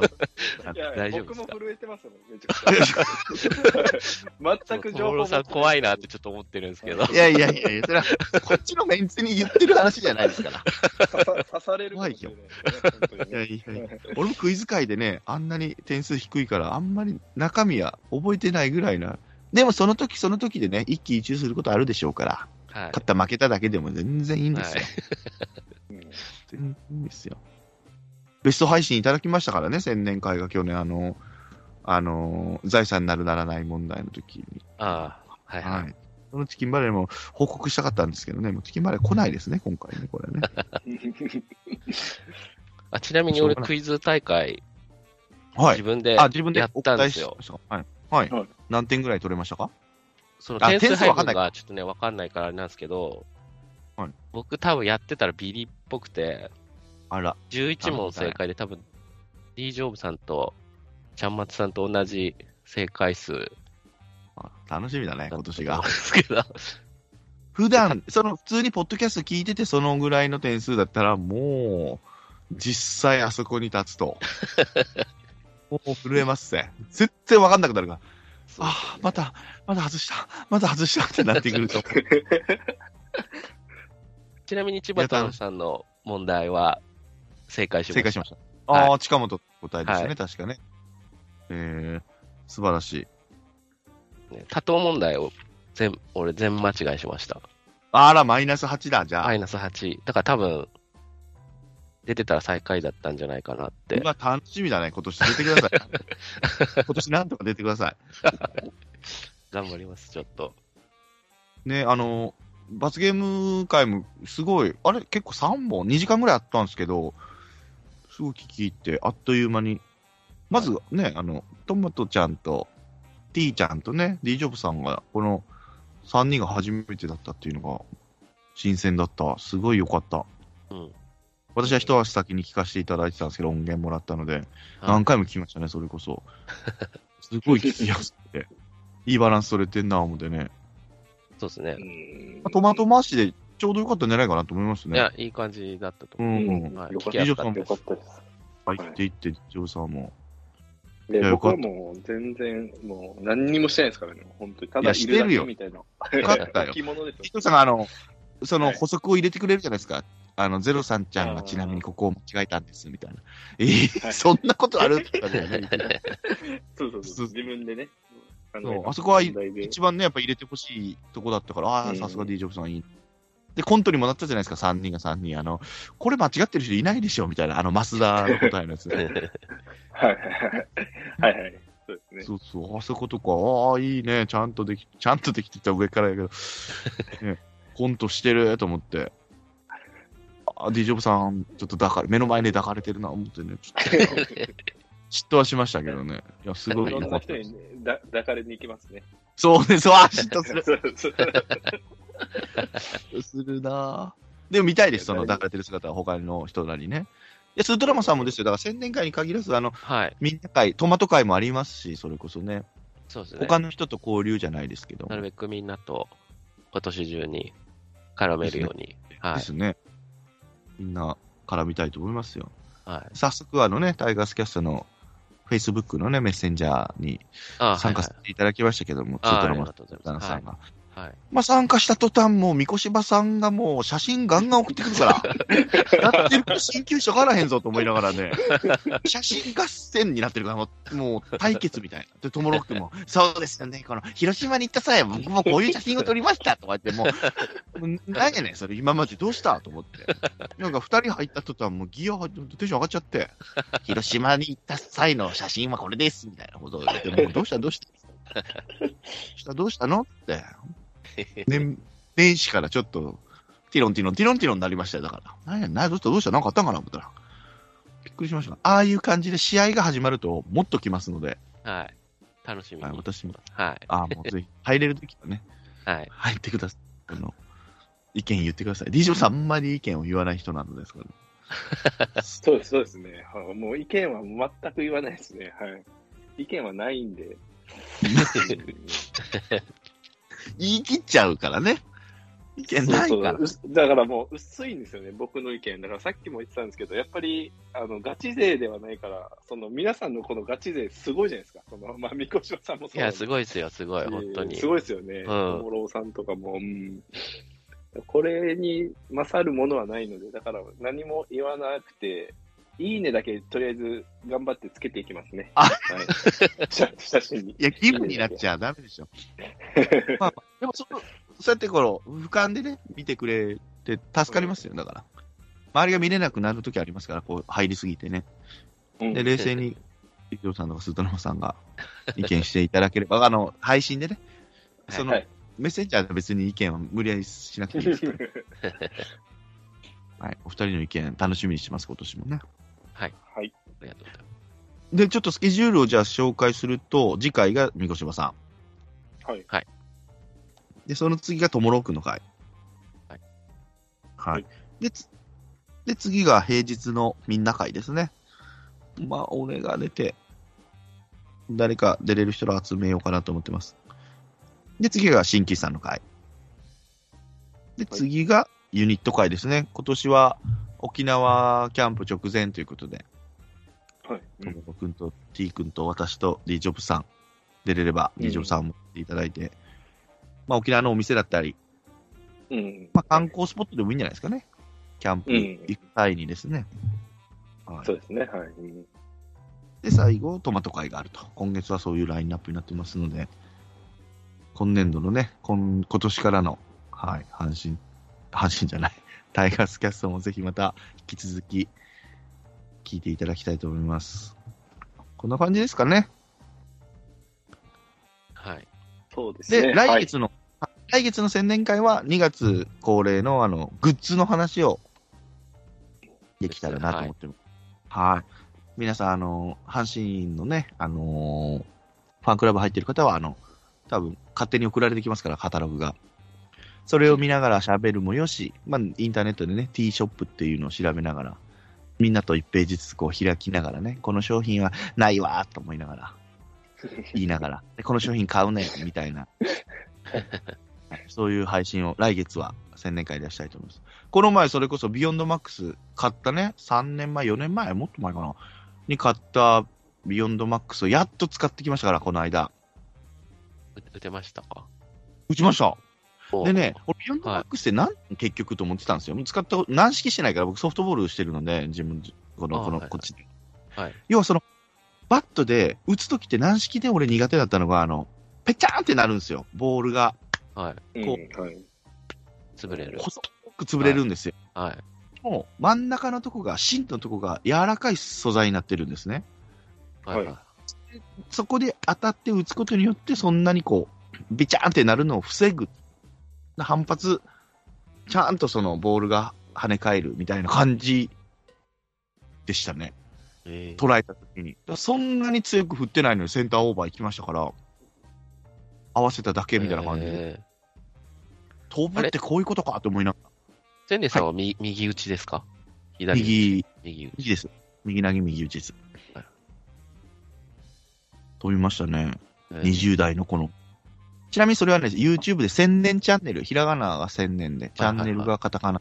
[SPEAKER 3] いや
[SPEAKER 2] 大丈夫で
[SPEAKER 3] 僕
[SPEAKER 2] すか
[SPEAKER 3] も震えてますもん、めち
[SPEAKER 2] [laughs]
[SPEAKER 3] ゃくちゃ。全く
[SPEAKER 2] と
[SPEAKER 3] 情
[SPEAKER 2] も
[SPEAKER 3] 報も
[SPEAKER 2] ろさん怖いなってちょっと思ってるんですけど。
[SPEAKER 1] いやいやいやいや、それは、こっちのメンツに言ってる話じゃないですから。
[SPEAKER 3] 刺さ刺されるかもしれないですね。本当に
[SPEAKER 1] いや
[SPEAKER 3] ね
[SPEAKER 1] いやいや俺もクイズ界でね、あんなに点数低いから、あんまり中身は覚えてないぐらいな。でもその時その時でね、一喜一憂することあるでしょうから、
[SPEAKER 2] はい
[SPEAKER 1] 勝。った負けただけでも全然いいんですよ。
[SPEAKER 2] はい
[SPEAKER 3] うん
[SPEAKER 1] 全然いいんですよ。ベスト配信いただきましたからね、千年会が去年、あの、あの、財産になるならない問題の時に。
[SPEAKER 2] ああ、はいはい。
[SPEAKER 1] はい。そのチキンバレーも報告したかったんですけどね、もうチキンバレー来ないですね、今回ね、これね。 [laughs]
[SPEAKER 2] あちなみに
[SPEAKER 1] しょう
[SPEAKER 2] 俺
[SPEAKER 1] がない
[SPEAKER 2] クイズ大会、
[SPEAKER 1] は
[SPEAKER 2] 自
[SPEAKER 1] い。
[SPEAKER 2] 分で
[SPEAKER 1] あ、自分で
[SPEAKER 2] やったんですよ
[SPEAKER 1] お。答えしましたはい。はい。
[SPEAKER 3] はい
[SPEAKER 1] 何点ぐらい取れましたか
[SPEAKER 2] その
[SPEAKER 1] あ
[SPEAKER 2] 点数
[SPEAKER 1] 点数
[SPEAKER 2] 配
[SPEAKER 1] わかん
[SPEAKER 2] 分
[SPEAKER 1] ない
[SPEAKER 2] がちょっとね、わかんないからあれなんですけど、
[SPEAKER 1] はい
[SPEAKER 2] 僕多分やってたらビリっぽくて、
[SPEAKER 1] あら。
[SPEAKER 2] 11問正解で多分、D ジョーブさんとちゃんまつさんと同じ正解数だっ
[SPEAKER 1] あ楽しみだね、
[SPEAKER 2] たと
[SPEAKER 1] 今
[SPEAKER 2] 思う
[SPEAKER 1] 年
[SPEAKER 2] ん
[SPEAKER 1] が
[SPEAKER 2] で。すけ [laughs] ど、
[SPEAKER 1] 普段、その、普通にポッドキャスト聞いてて、そのぐらいの点数だったら、もう、実際あそこに立つ
[SPEAKER 2] [laughs]
[SPEAKER 1] と。もう震えますぜ。絶対わかんなくなるから。
[SPEAKER 2] そ
[SPEAKER 1] あ
[SPEAKER 2] うですよね
[SPEAKER 1] あ、また、まだ外した、まだ外したってなってく
[SPEAKER 2] [laughs]
[SPEAKER 1] ると。
[SPEAKER 2] ちなみに千葉太郎さんの問題は正解しました。
[SPEAKER 1] 正解しました。
[SPEAKER 2] はい
[SPEAKER 1] ああ、近本答えですよね、
[SPEAKER 2] はい
[SPEAKER 1] 確かね。えー、素晴らしい。
[SPEAKER 2] ね多答問題を全、俺全間違いしました。
[SPEAKER 1] あら、マイナス8だ、じゃあ。
[SPEAKER 2] マイナス8。だから多分、出てたら最下位だったんじゃないかなって。
[SPEAKER 1] 今、楽しみだね、今年出て
[SPEAKER 2] [laughs]
[SPEAKER 1] ください。今年なんとか出てくださ
[SPEAKER 2] 頑張ります、ちょっと。
[SPEAKER 1] い。ね、あの、罰ゲーム会もすごい、あれ、結構3本、2時間ぐらいあったんですけど、すごい聞き入って、あっという間に、まずね、あの、トマトちゃんと、T ちゃんとね、D ジョブさんが、この3人が初めてだったっていうのが、新鮮だった。すごい良かった。
[SPEAKER 2] うん。
[SPEAKER 1] 私は一足先に聞かせていただいてたんですけど、音源もらったので、
[SPEAKER 2] い
[SPEAKER 1] 何回も聞きましたね、それこそ。すごい聞きやすくて、いいバランス取れてんな、思ってね。
[SPEAKER 2] そうですね。
[SPEAKER 1] まあトマト回しでちょうどよかったんじゃないかなと思います
[SPEAKER 2] い
[SPEAKER 1] ね。
[SPEAKER 2] や、いい感じだったと
[SPEAKER 1] う
[SPEAKER 2] 思う。
[SPEAKER 1] ん、
[SPEAKER 3] うん
[SPEAKER 1] うん。
[SPEAKER 2] はい、
[SPEAKER 3] よ
[SPEAKER 2] 聞
[SPEAKER 3] かっ
[SPEAKER 2] き
[SPEAKER 3] た
[SPEAKER 2] やすかった
[SPEAKER 3] よ
[SPEAKER 2] で
[SPEAKER 3] か
[SPEAKER 2] す
[SPEAKER 3] っ。たです。
[SPEAKER 1] 入っていって、ジョーさんも。いや
[SPEAKER 3] で
[SPEAKER 1] よ
[SPEAKER 3] 僕
[SPEAKER 1] かっ
[SPEAKER 3] は
[SPEAKER 1] た
[SPEAKER 3] もう全然、もう何にもしてないですからね、本当に。ただ
[SPEAKER 1] い
[SPEAKER 3] いる
[SPEAKER 1] やして
[SPEAKER 3] だ
[SPEAKER 1] る
[SPEAKER 3] け
[SPEAKER 1] よ
[SPEAKER 3] みたいな。
[SPEAKER 1] よかったよ
[SPEAKER 3] 着物です
[SPEAKER 1] ジョー
[SPEAKER 3] よ
[SPEAKER 1] さんが、あの、その
[SPEAKER 3] はい
[SPEAKER 1] 補足を入れてくれるじゃないですか。あの、ゼロさんちゃんはちなみにここを間違えたんです、みたいな。えー
[SPEAKER 3] はい
[SPEAKER 1] そんなことあるって言ったんだよね。
[SPEAKER 3] そうそう
[SPEAKER 1] そ
[SPEAKER 3] そうう。自分でね。
[SPEAKER 1] そうあそこはい
[SPEAKER 3] 問題で
[SPEAKER 1] 一番ね、やっぱ入れてほしいとこだったから、あ
[SPEAKER 3] う
[SPEAKER 1] あ、
[SPEAKER 3] ん
[SPEAKER 1] さすが D ジョブさんいい。で、コントにもなったじゃないですか、3人が3人。あの、これ間違ってる人いないでしょ、みたいな。あの、増田の答えのやつ。
[SPEAKER 3] はいはいはい。はいはい。そうですね。
[SPEAKER 1] そうそう、あそことか、ああ、いいね、ちゃんとでき、ちゃんとできてた上からやけど、ね、コントしてると思って、あ、D ジョブさん、ちょっと抱かれ、目の前で抱かれてるな、思ってね、ちょっと、嫉妬はしましたけどね。いや、すごい
[SPEAKER 3] いろ
[SPEAKER 1] 良か
[SPEAKER 3] んな
[SPEAKER 1] った
[SPEAKER 3] 人
[SPEAKER 1] で
[SPEAKER 3] に
[SPEAKER 1] す。
[SPEAKER 3] ねだ抱かれに行きますね。
[SPEAKER 1] [laughs] そうね、そう、あ、嫉妬する。
[SPEAKER 3] そうそう
[SPEAKER 1] するなぁでも見たいです、その抱かれてる姿は、他の人らにね。いや、スードラマさんもですよ、だから宣伝会に限らず、あの、
[SPEAKER 2] はい、
[SPEAKER 1] みんな会、トマト会もありますし、それこそね、
[SPEAKER 2] そうですね。
[SPEAKER 1] 他の人と交流じゃないですけども
[SPEAKER 2] なるべくみんなと今年中に絡めるように。は
[SPEAKER 1] で
[SPEAKER 2] い。
[SPEAKER 1] すね。みんな絡みたいと思いますよ。
[SPEAKER 2] はい、
[SPEAKER 1] 早速、あのね、タイガースキャストの Facebook のね、メッセンジャーに
[SPEAKER 2] あ
[SPEAKER 1] 参加
[SPEAKER 2] はい
[SPEAKER 1] させていただきましたけども、
[SPEAKER 2] あ
[SPEAKER 1] ツイート
[SPEAKER 2] あ
[SPEAKER 1] の
[SPEAKER 2] り
[SPEAKER 1] マ
[SPEAKER 2] が
[SPEAKER 1] ス
[SPEAKER 2] とうご
[SPEAKER 1] タ
[SPEAKER 2] ざい
[SPEAKER 1] ー
[SPEAKER 2] ます
[SPEAKER 1] さんが。
[SPEAKER 2] はい。はい
[SPEAKER 1] まあ、参加した途端、もう、みこしばさんがもう写真ガンガン送ってくるから、やってること進級しとかなへんぞと思いながらね、写真合戦になってるから、もう、もう対決みたいな。で、トモロックも、そうですよね、この、広島に行った際、僕もこういう写真を撮りましたとか言って、もう、もう何やねん、それ、今までどうしたと思って。なんか、二人入った途端、もうギア入って、テンション上がっちゃって、広島に行った際の写真はこれです、みたいなことを言って、もう、どうした、どうした、どうした、どうしたのって。年、年始からちょっと、ティロンティロン、ティロンティロンになりましたよ、だから。何や、何どうした、どうした、なんかあったんかな、思ったら。びっくりしました。ああいう感じで試合が始まると、もっと来ますので、
[SPEAKER 2] はい。楽しみに。
[SPEAKER 1] はい私も。
[SPEAKER 2] はい。
[SPEAKER 1] ああ、もうぜひ、 [laughs] 入れるときはね、
[SPEAKER 2] はい。
[SPEAKER 1] 入ってください。あの、意見言ってください。DJ さん、あんまり意見を言わない人なのですから。
[SPEAKER 3] そうです、そうですね。はいもう意見は全く言わないですね。はい。意見はないんで。
[SPEAKER 1] 言い切っちゃうからね。意見ない
[SPEAKER 3] そう
[SPEAKER 1] か
[SPEAKER 3] そ
[SPEAKER 1] ら。
[SPEAKER 3] ううすだからもう薄いんですよね、僕の意見。だからさっきも言ってたんですけど、やっぱりあのガチ勢ではないから、その皆さんのこのガチ勢、すごいじゃないですか。そのまあ、三越さんも
[SPEAKER 2] い
[SPEAKER 3] そう
[SPEAKER 2] や、す
[SPEAKER 3] い、
[SPEAKER 2] ごいですよ、すごい、本当に。
[SPEAKER 3] すごいですよね。
[SPEAKER 2] ん
[SPEAKER 3] 小五郎さんとかも、うんこれに勝るものはないので、だから何も言わなくて、いいねだけとりあえず頑張ってつけていきますね。
[SPEAKER 1] あ [laughs]
[SPEAKER 3] はい、ちゃんと写真に。 [laughs]
[SPEAKER 1] いや、義務になっちゃダメでしょ。まあ、でもその、そうやってこの、俯瞰でね、見てくれて助かりますよ、だから。周りが見れなくなるときありますから、こう、入りすぎてね。
[SPEAKER 3] うん
[SPEAKER 1] で、冷静に、伊藤さんとかスートナマさんが意見していただければ、あの、配信でね、その、
[SPEAKER 3] はい
[SPEAKER 1] メッセンジャーで別に意見は無理やりしなくていいですから、
[SPEAKER 3] [laughs]
[SPEAKER 1] はい、お二人の意見楽しみにしてます、今年もね。
[SPEAKER 3] はい。
[SPEAKER 2] りがとうございます。
[SPEAKER 1] で、ちょっとスケジュールをじゃあ紹介すると、次回が三越柴さ
[SPEAKER 3] はい。
[SPEAKER 1] ん。で、その次がトモロークの会。
[SPEAKER 2] はい。
[SPEAKER 1] はい。で、つで次が平日のみんな会ですね。まあ、俺が出て、誰か出れる人ら集めようかなと思ってます。で、次が新規さんの会。で、
[SPEAKER 3] はい
[SPEAKER 1] 次がユニット会ですね。今年は沖縄キャンプ直前ということで、
[SPEAKER 3] はい。う
[SPEAKER 1] とも
[SPEAKER 3] ん
[SPEAKER 1] こくんと T くんと私と D ジョブさん、出れれば
[SPEAKER 3] うん
[SPEAKER 1] D ジョブさんも来ていただいて、まあ沖縄のお店だったり、
[SPEAKER 3] うん。
[SPEAKER 1] まあ観光スポットでもいいんじゃないですかね。キャンプ行く際にですね。はい
[SPEAKER 3] そうですね。はい。うん
[SPEAKER 1] で、最後、トマト会があると。今月はそういうラインナップになってますので、今年度のね、今今年からの、はい、阪神、阪神じゃない、 [laughs] タイガースキャストもぜひまた引き続き聞いていただきたいと思います。こんな感じですかね。
[SPEAKER 2] はい。
[SPEAKER 3] そうですね。
[SPEAKER 1] で、
[SPEAKER 3] は
[SPEAKER 1] 来
[SPEAKER 3] い
[SPEAKER 1] 月の、来月の宣伝会は2月恒例のあのグッズの話をできたらなと思ってます。はい。皆さん、あの、阪神のね、あのーファンクラブ入ってる方は、あの、多分勝手に送られてきますから、カタログが。それを見ながら喋るもよし、まあ、インターネットでね、T ショップっていうのを調べながら、みんなと1ページずつこう開きながらね、この商品はないわーと思いながら、言いながら、でこの商品買うね、みたい [laughs] な。そういう配信を来月は宣伝会でしたいと思います。この前、それこそビヨンドマックス買ったね、3年前、4年前、もっと前かな、に買ったビヨンドマックスをやっと使ってきましたから、この間。
[SPEAKER 2] 打打てましたか
[SPEAKER 1] 打ちました。でね、
[SPEAKER 2] お
[SPEAKER 1] 俺ビヨンドマックスって何、結局と思ってたんですよ。使ったこと、軟式してないから、僕ソフトボールしてるので、自分、この、
[SPEAKER 2] あ
[SPEAKER 1] この、
[SPEAKER 2] はいはい
[SPEAKER 1] こっちで。
[SPEAKER 2] はい
[SPEAKER 1] 要はその、バットで打つときって軟式で俺苦手だったのが、あの、ペチャーンってなるんですよ、ボールが。
[SPEAKER 2] ー。はい。
[SPEAKER 1] こ
[SPEAKER 3] うんはい。
[SPEAKER 2] 潰れる。
[SPEAKER 1] 細く潰れるんですよ。
[SPEAKER 2] はい。
[SPEAKER 1] もう真ん中のとこが、芯のとこが柔らかい素材になってるんですね。
[SPEAKER 2] はい。はい。
[SPEAKER 1] そこで当たって打つことによって、そんなにこう、ビチャーンってなるのを防ぐ。反発、ちゃんとそのボールが跳ね返るみたいな感じでしたね。
[SPEAKER 2] えー
[SPEAKER 1] 捉えた時に。だからそんなに強く振ってないのにセンターオーバー行きましたから、合わせただけみたいな感じで、
[SPEAKER 2] えー
[SPEAKER 1] 飛ぶってこういうことかと思いなが、
[SPEAKER 2] 千里さんはみ、右打ちですから左打ち
[SPEAKER 1] 右
[SPEAKER 2] 右打ち。
[SPEAKER 1] 右です。右投げ、右打ちです
[SPEAKER 2] はい。
[SPEAKER 1] 飛びましたね。
[SPEAKER 2] えー
[SPEAKER 1] 20代のこの。ちなみにそれはね、YouTube で千年チャンネル、ひらがなが千年で、チャンネルがカタカナ。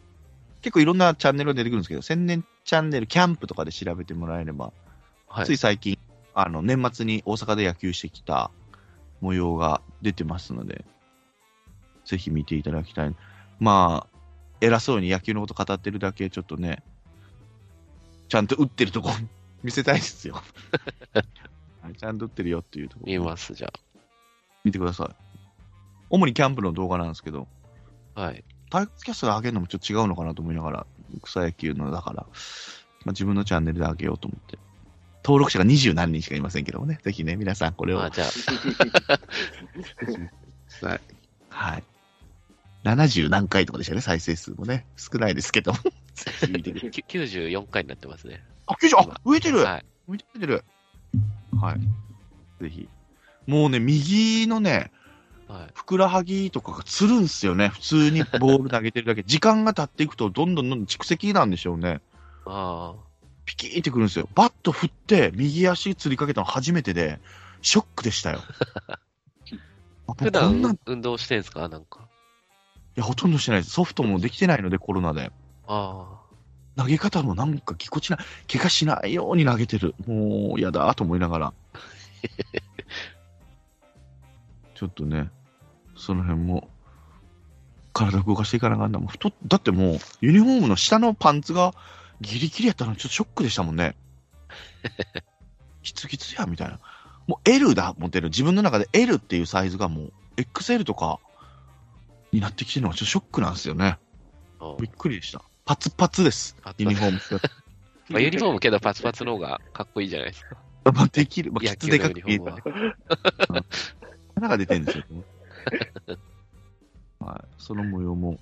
[SPEAKER 1] 結構いろんなチャンネルが出てくるんですけど、千年チャンネルキャンプとかで調べてもらえれば、
[SPEAKER 2] はい
[SPEAKER 1] つい最近、あの、年末に大阪で野球してきた模様が出てますので、ぜひ見ていただきたい。まあ、偉そうに野球のこと語ってるだけ、ちょっとね、ちゃんと打ってるとこ見せたいです
[SPEAKER 2] [laughs]
[SPEAKER 1] よ。はいちゃんと打ってるよっていうとこ
[SPEAKER 2] 見えます、じゃ
[SPEAKER 1] 見てください。主にキャンプの動画なんですけど、
[SPEAKER 2] あ。はい。
[SPEAKER 1] 体育キャストで上げるのもちょっと違うのかなと思いながら、草野球のだから、まあ、自分のチャンネルで上げようと思って。登録者が二十何人しかいませんけどもね、ぜひね、皆さんこれを。
[SPEAKER 2] あ、じゃあ、
[SPEAKER 1] はい。はい。70何回とかでしたね、再生数もね。少ないですけども。ぜひ見てください
[SPEAKER 2] き94回になってますね。
[SPEAKER 1] [laughs] あ、90、あ、増えてる、
[SPEAKER 2] はい。
[SPEAKER 1] 見てる。はい。ぜひ。もうね、右のね、
[SPEAKER 2] はい。
[SPEAKER 1] ふくらはぎとかがつるんすよね。普通にボール投げてるだけ。時間が経っていくと、どんどんどんどん蓄積なんでしょうね。
[SPEAKER 2] あ
[SPEAKER 1] ピキーってくるんですよ。バット振って、右足釣りかけたの初めてで、ショックでしたよ。あ
[SPEAKER 2] [laughs] あ。普
[SPEAKER 1] こんな
[SPEAKER 2] 段
[SPEAKER 1] い
[SPEAKER 2] 運動してんすかなんか。
[SPEAKER 1] や、ほとんどしてないです。ソフトもできてないので、コロナで。
[SPEAKER 2] あ
[SPEAKER 1] 投げ方もなんかぎこちない、怪我しないように投げてる。もう、やだと思いながら。 [laughs] ちょっとね、その辺も、体動かしていかなあかんな。もう太っだってもう、ユニフォームの下のパンツが、ギリギリやったのちょっとショックでしたもんね。 [laughs] きつきつや、みたいな。もう L だ、持ってる。自分の中で L っていうサイズがもう XL とかになってきてるのがちょっとショックなんですよね。
[SPEAKER 2] うん
[SPEAKER 1] びっくりでした。パツパツです。
[SPEAKER 2] パツパツ
[SPEAKER 1] ユニフォーム着て。
[SPEAKER 2] まあ、ユニフォームけどパツパ
[SPEAKER 3] [laughs]
[SPEAKER 2] ツの方がかっこいいじゃないですか。
[SPEAKER 1] まあ、で
[SPEAKER 2] [laughs]
[SPEAKER 1] きる。まあ、き
[SPEAKER 2] 野
[SPEAKER 1] っと
[SPEAKER 2] 球
[SPEAKER 1] で
[SPEAKER 2] の
[SPEAKER 1] か
[SPEAKER 2] ユ
[SPEAKER 1] く
[SPEAKER 2] ニフ
[SPEAKER 1] 見
[SPEAKER 2] ォ
[SPEAKER 1] え
[SPEAKER 2] ーム
[SPEAKER 1] た
[SPEAKER 2] は。
[SPEAKER 1] 花が出てるんですよ。
[SPEAKER 2] [laughs]
[SPEAKER 1] はい。その模様も、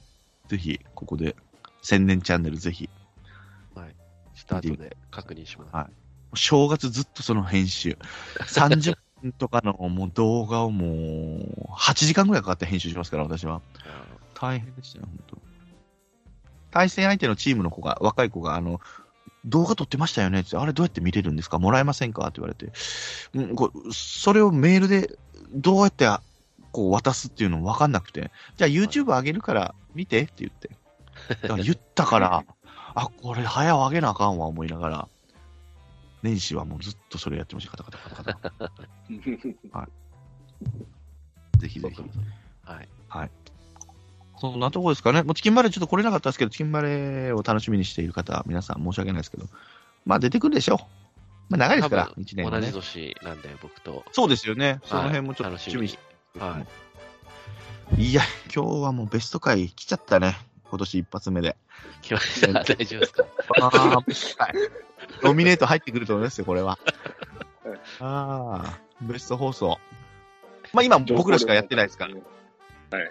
[SPEAKER 1] ぜひ、ここで、千年チャンネルぜひ。
[SPEAKER 2] ちょっと後で確認します。
[SPEAKER 1] 正月ずっとその編集。30分とかのもう動画をもう、8時間ぐらいかかって編集しますから、私は。大変でしたよ、本当対戦相手のチームの子が、若い子が、あの、動画撮ってましたよねって、あれどうやって見れるんですかもらえませんかって言われて、うんこれ、それをメールでどうやってあこう渡すっていうの分かんなくて、じゃあ YouTube 上げるから見てって言って。だから言った [laughs] から、あ、これ早上げなあかんわ思いながら、年始はもうずっとそれやってました、カタカタカタカタ。 [laughs] ぜひぜひ。
[SPEAKER 2] はい。
[SPEAKER 1] そんなとこですかね。もうチキンバレーちょっと来れなかったですけど、チキンバレーを楽しみにしている方、皆さん申し訳ないですけど、まあ出てくるでしょう。まあ長いですから
[SPEAKER 2] 多、分
[SPEAKER 1] 1年は
[SPEAKER 2] 同じ
[SPEAKER 1] ね。
[SPEAKER 2] 年なんで、僕と。
[SPEAKER 1] そうですよね。その
[SPEAKER 2] はい
[SPEAKER 1] 辺もちょっと
[SPEAKER 2] 楽し
[SPEAKER 1] 趣味
[SPEAKER 2] みに
[SPEAKER 1] して。
[SPEAKER 2] はい
[SPEAKER 1] いや、今日はもうベスト回来ちゃったね。今年一発目で。
[SPEAKER 2] い。来ま
[SPEAKER 1] [laughs]
[SPEAKER 2] した。大丈夫ですか
[SPEAKER 1] ああ、ベスト回。ノミネート入ってくると思いますよ、これは。ああ、ベスト放送。まあ今、僕らしかやってないですから。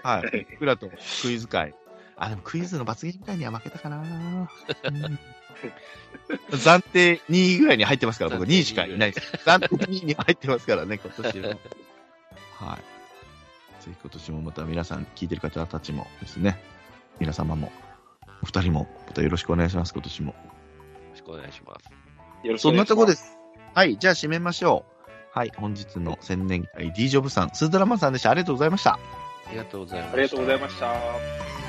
[SPEAKER 1] はい。僕らとクイズ会。あ、でもクイズの罰ゲーム会には負けたかな、 [laughs] うん暫定2位ぐらいに入ってますから、僕
[SPEAKER 2] 暫定2
[SPEAKER 1] 2位しかいないです。暫定2位に入ってますからね、今 [laughs] 年は。はい。ぜひ今年もまた皆さん、聞いてる方たちもですね、皆様も、お二人も、またよろしくお願いします、今年も。
[SPEAKER 2] よろしくお願いします。
[SPEAKER 3] よろしく
[SPEAKER 1] そ
[SPEAKER 3] お
[SPEAKER 1] ん
[SPEAKER 3] 願
[SPEAKER 1] ない
[SPEAKER 3] します
[SPEAKER 1] とこです。はい、じゃあ締めましょう。はい、本日の宣伝会、D ジョブさん、スードラマンさんでした。ありがとうございました。
[SPEAKER 2] ありがとうございました。
[SPEAKER 3] ありがとうございました。